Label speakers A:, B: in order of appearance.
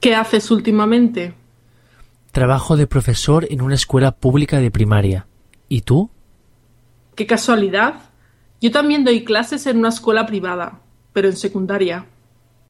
A: ¿Qué haces últimamente?
B: Trabajo de profesor en una escuela pública de primaria. ¿Y tú?
A: ¡Qué casualidad! Yo también doy clases en una escuela privada, pero en secundaria.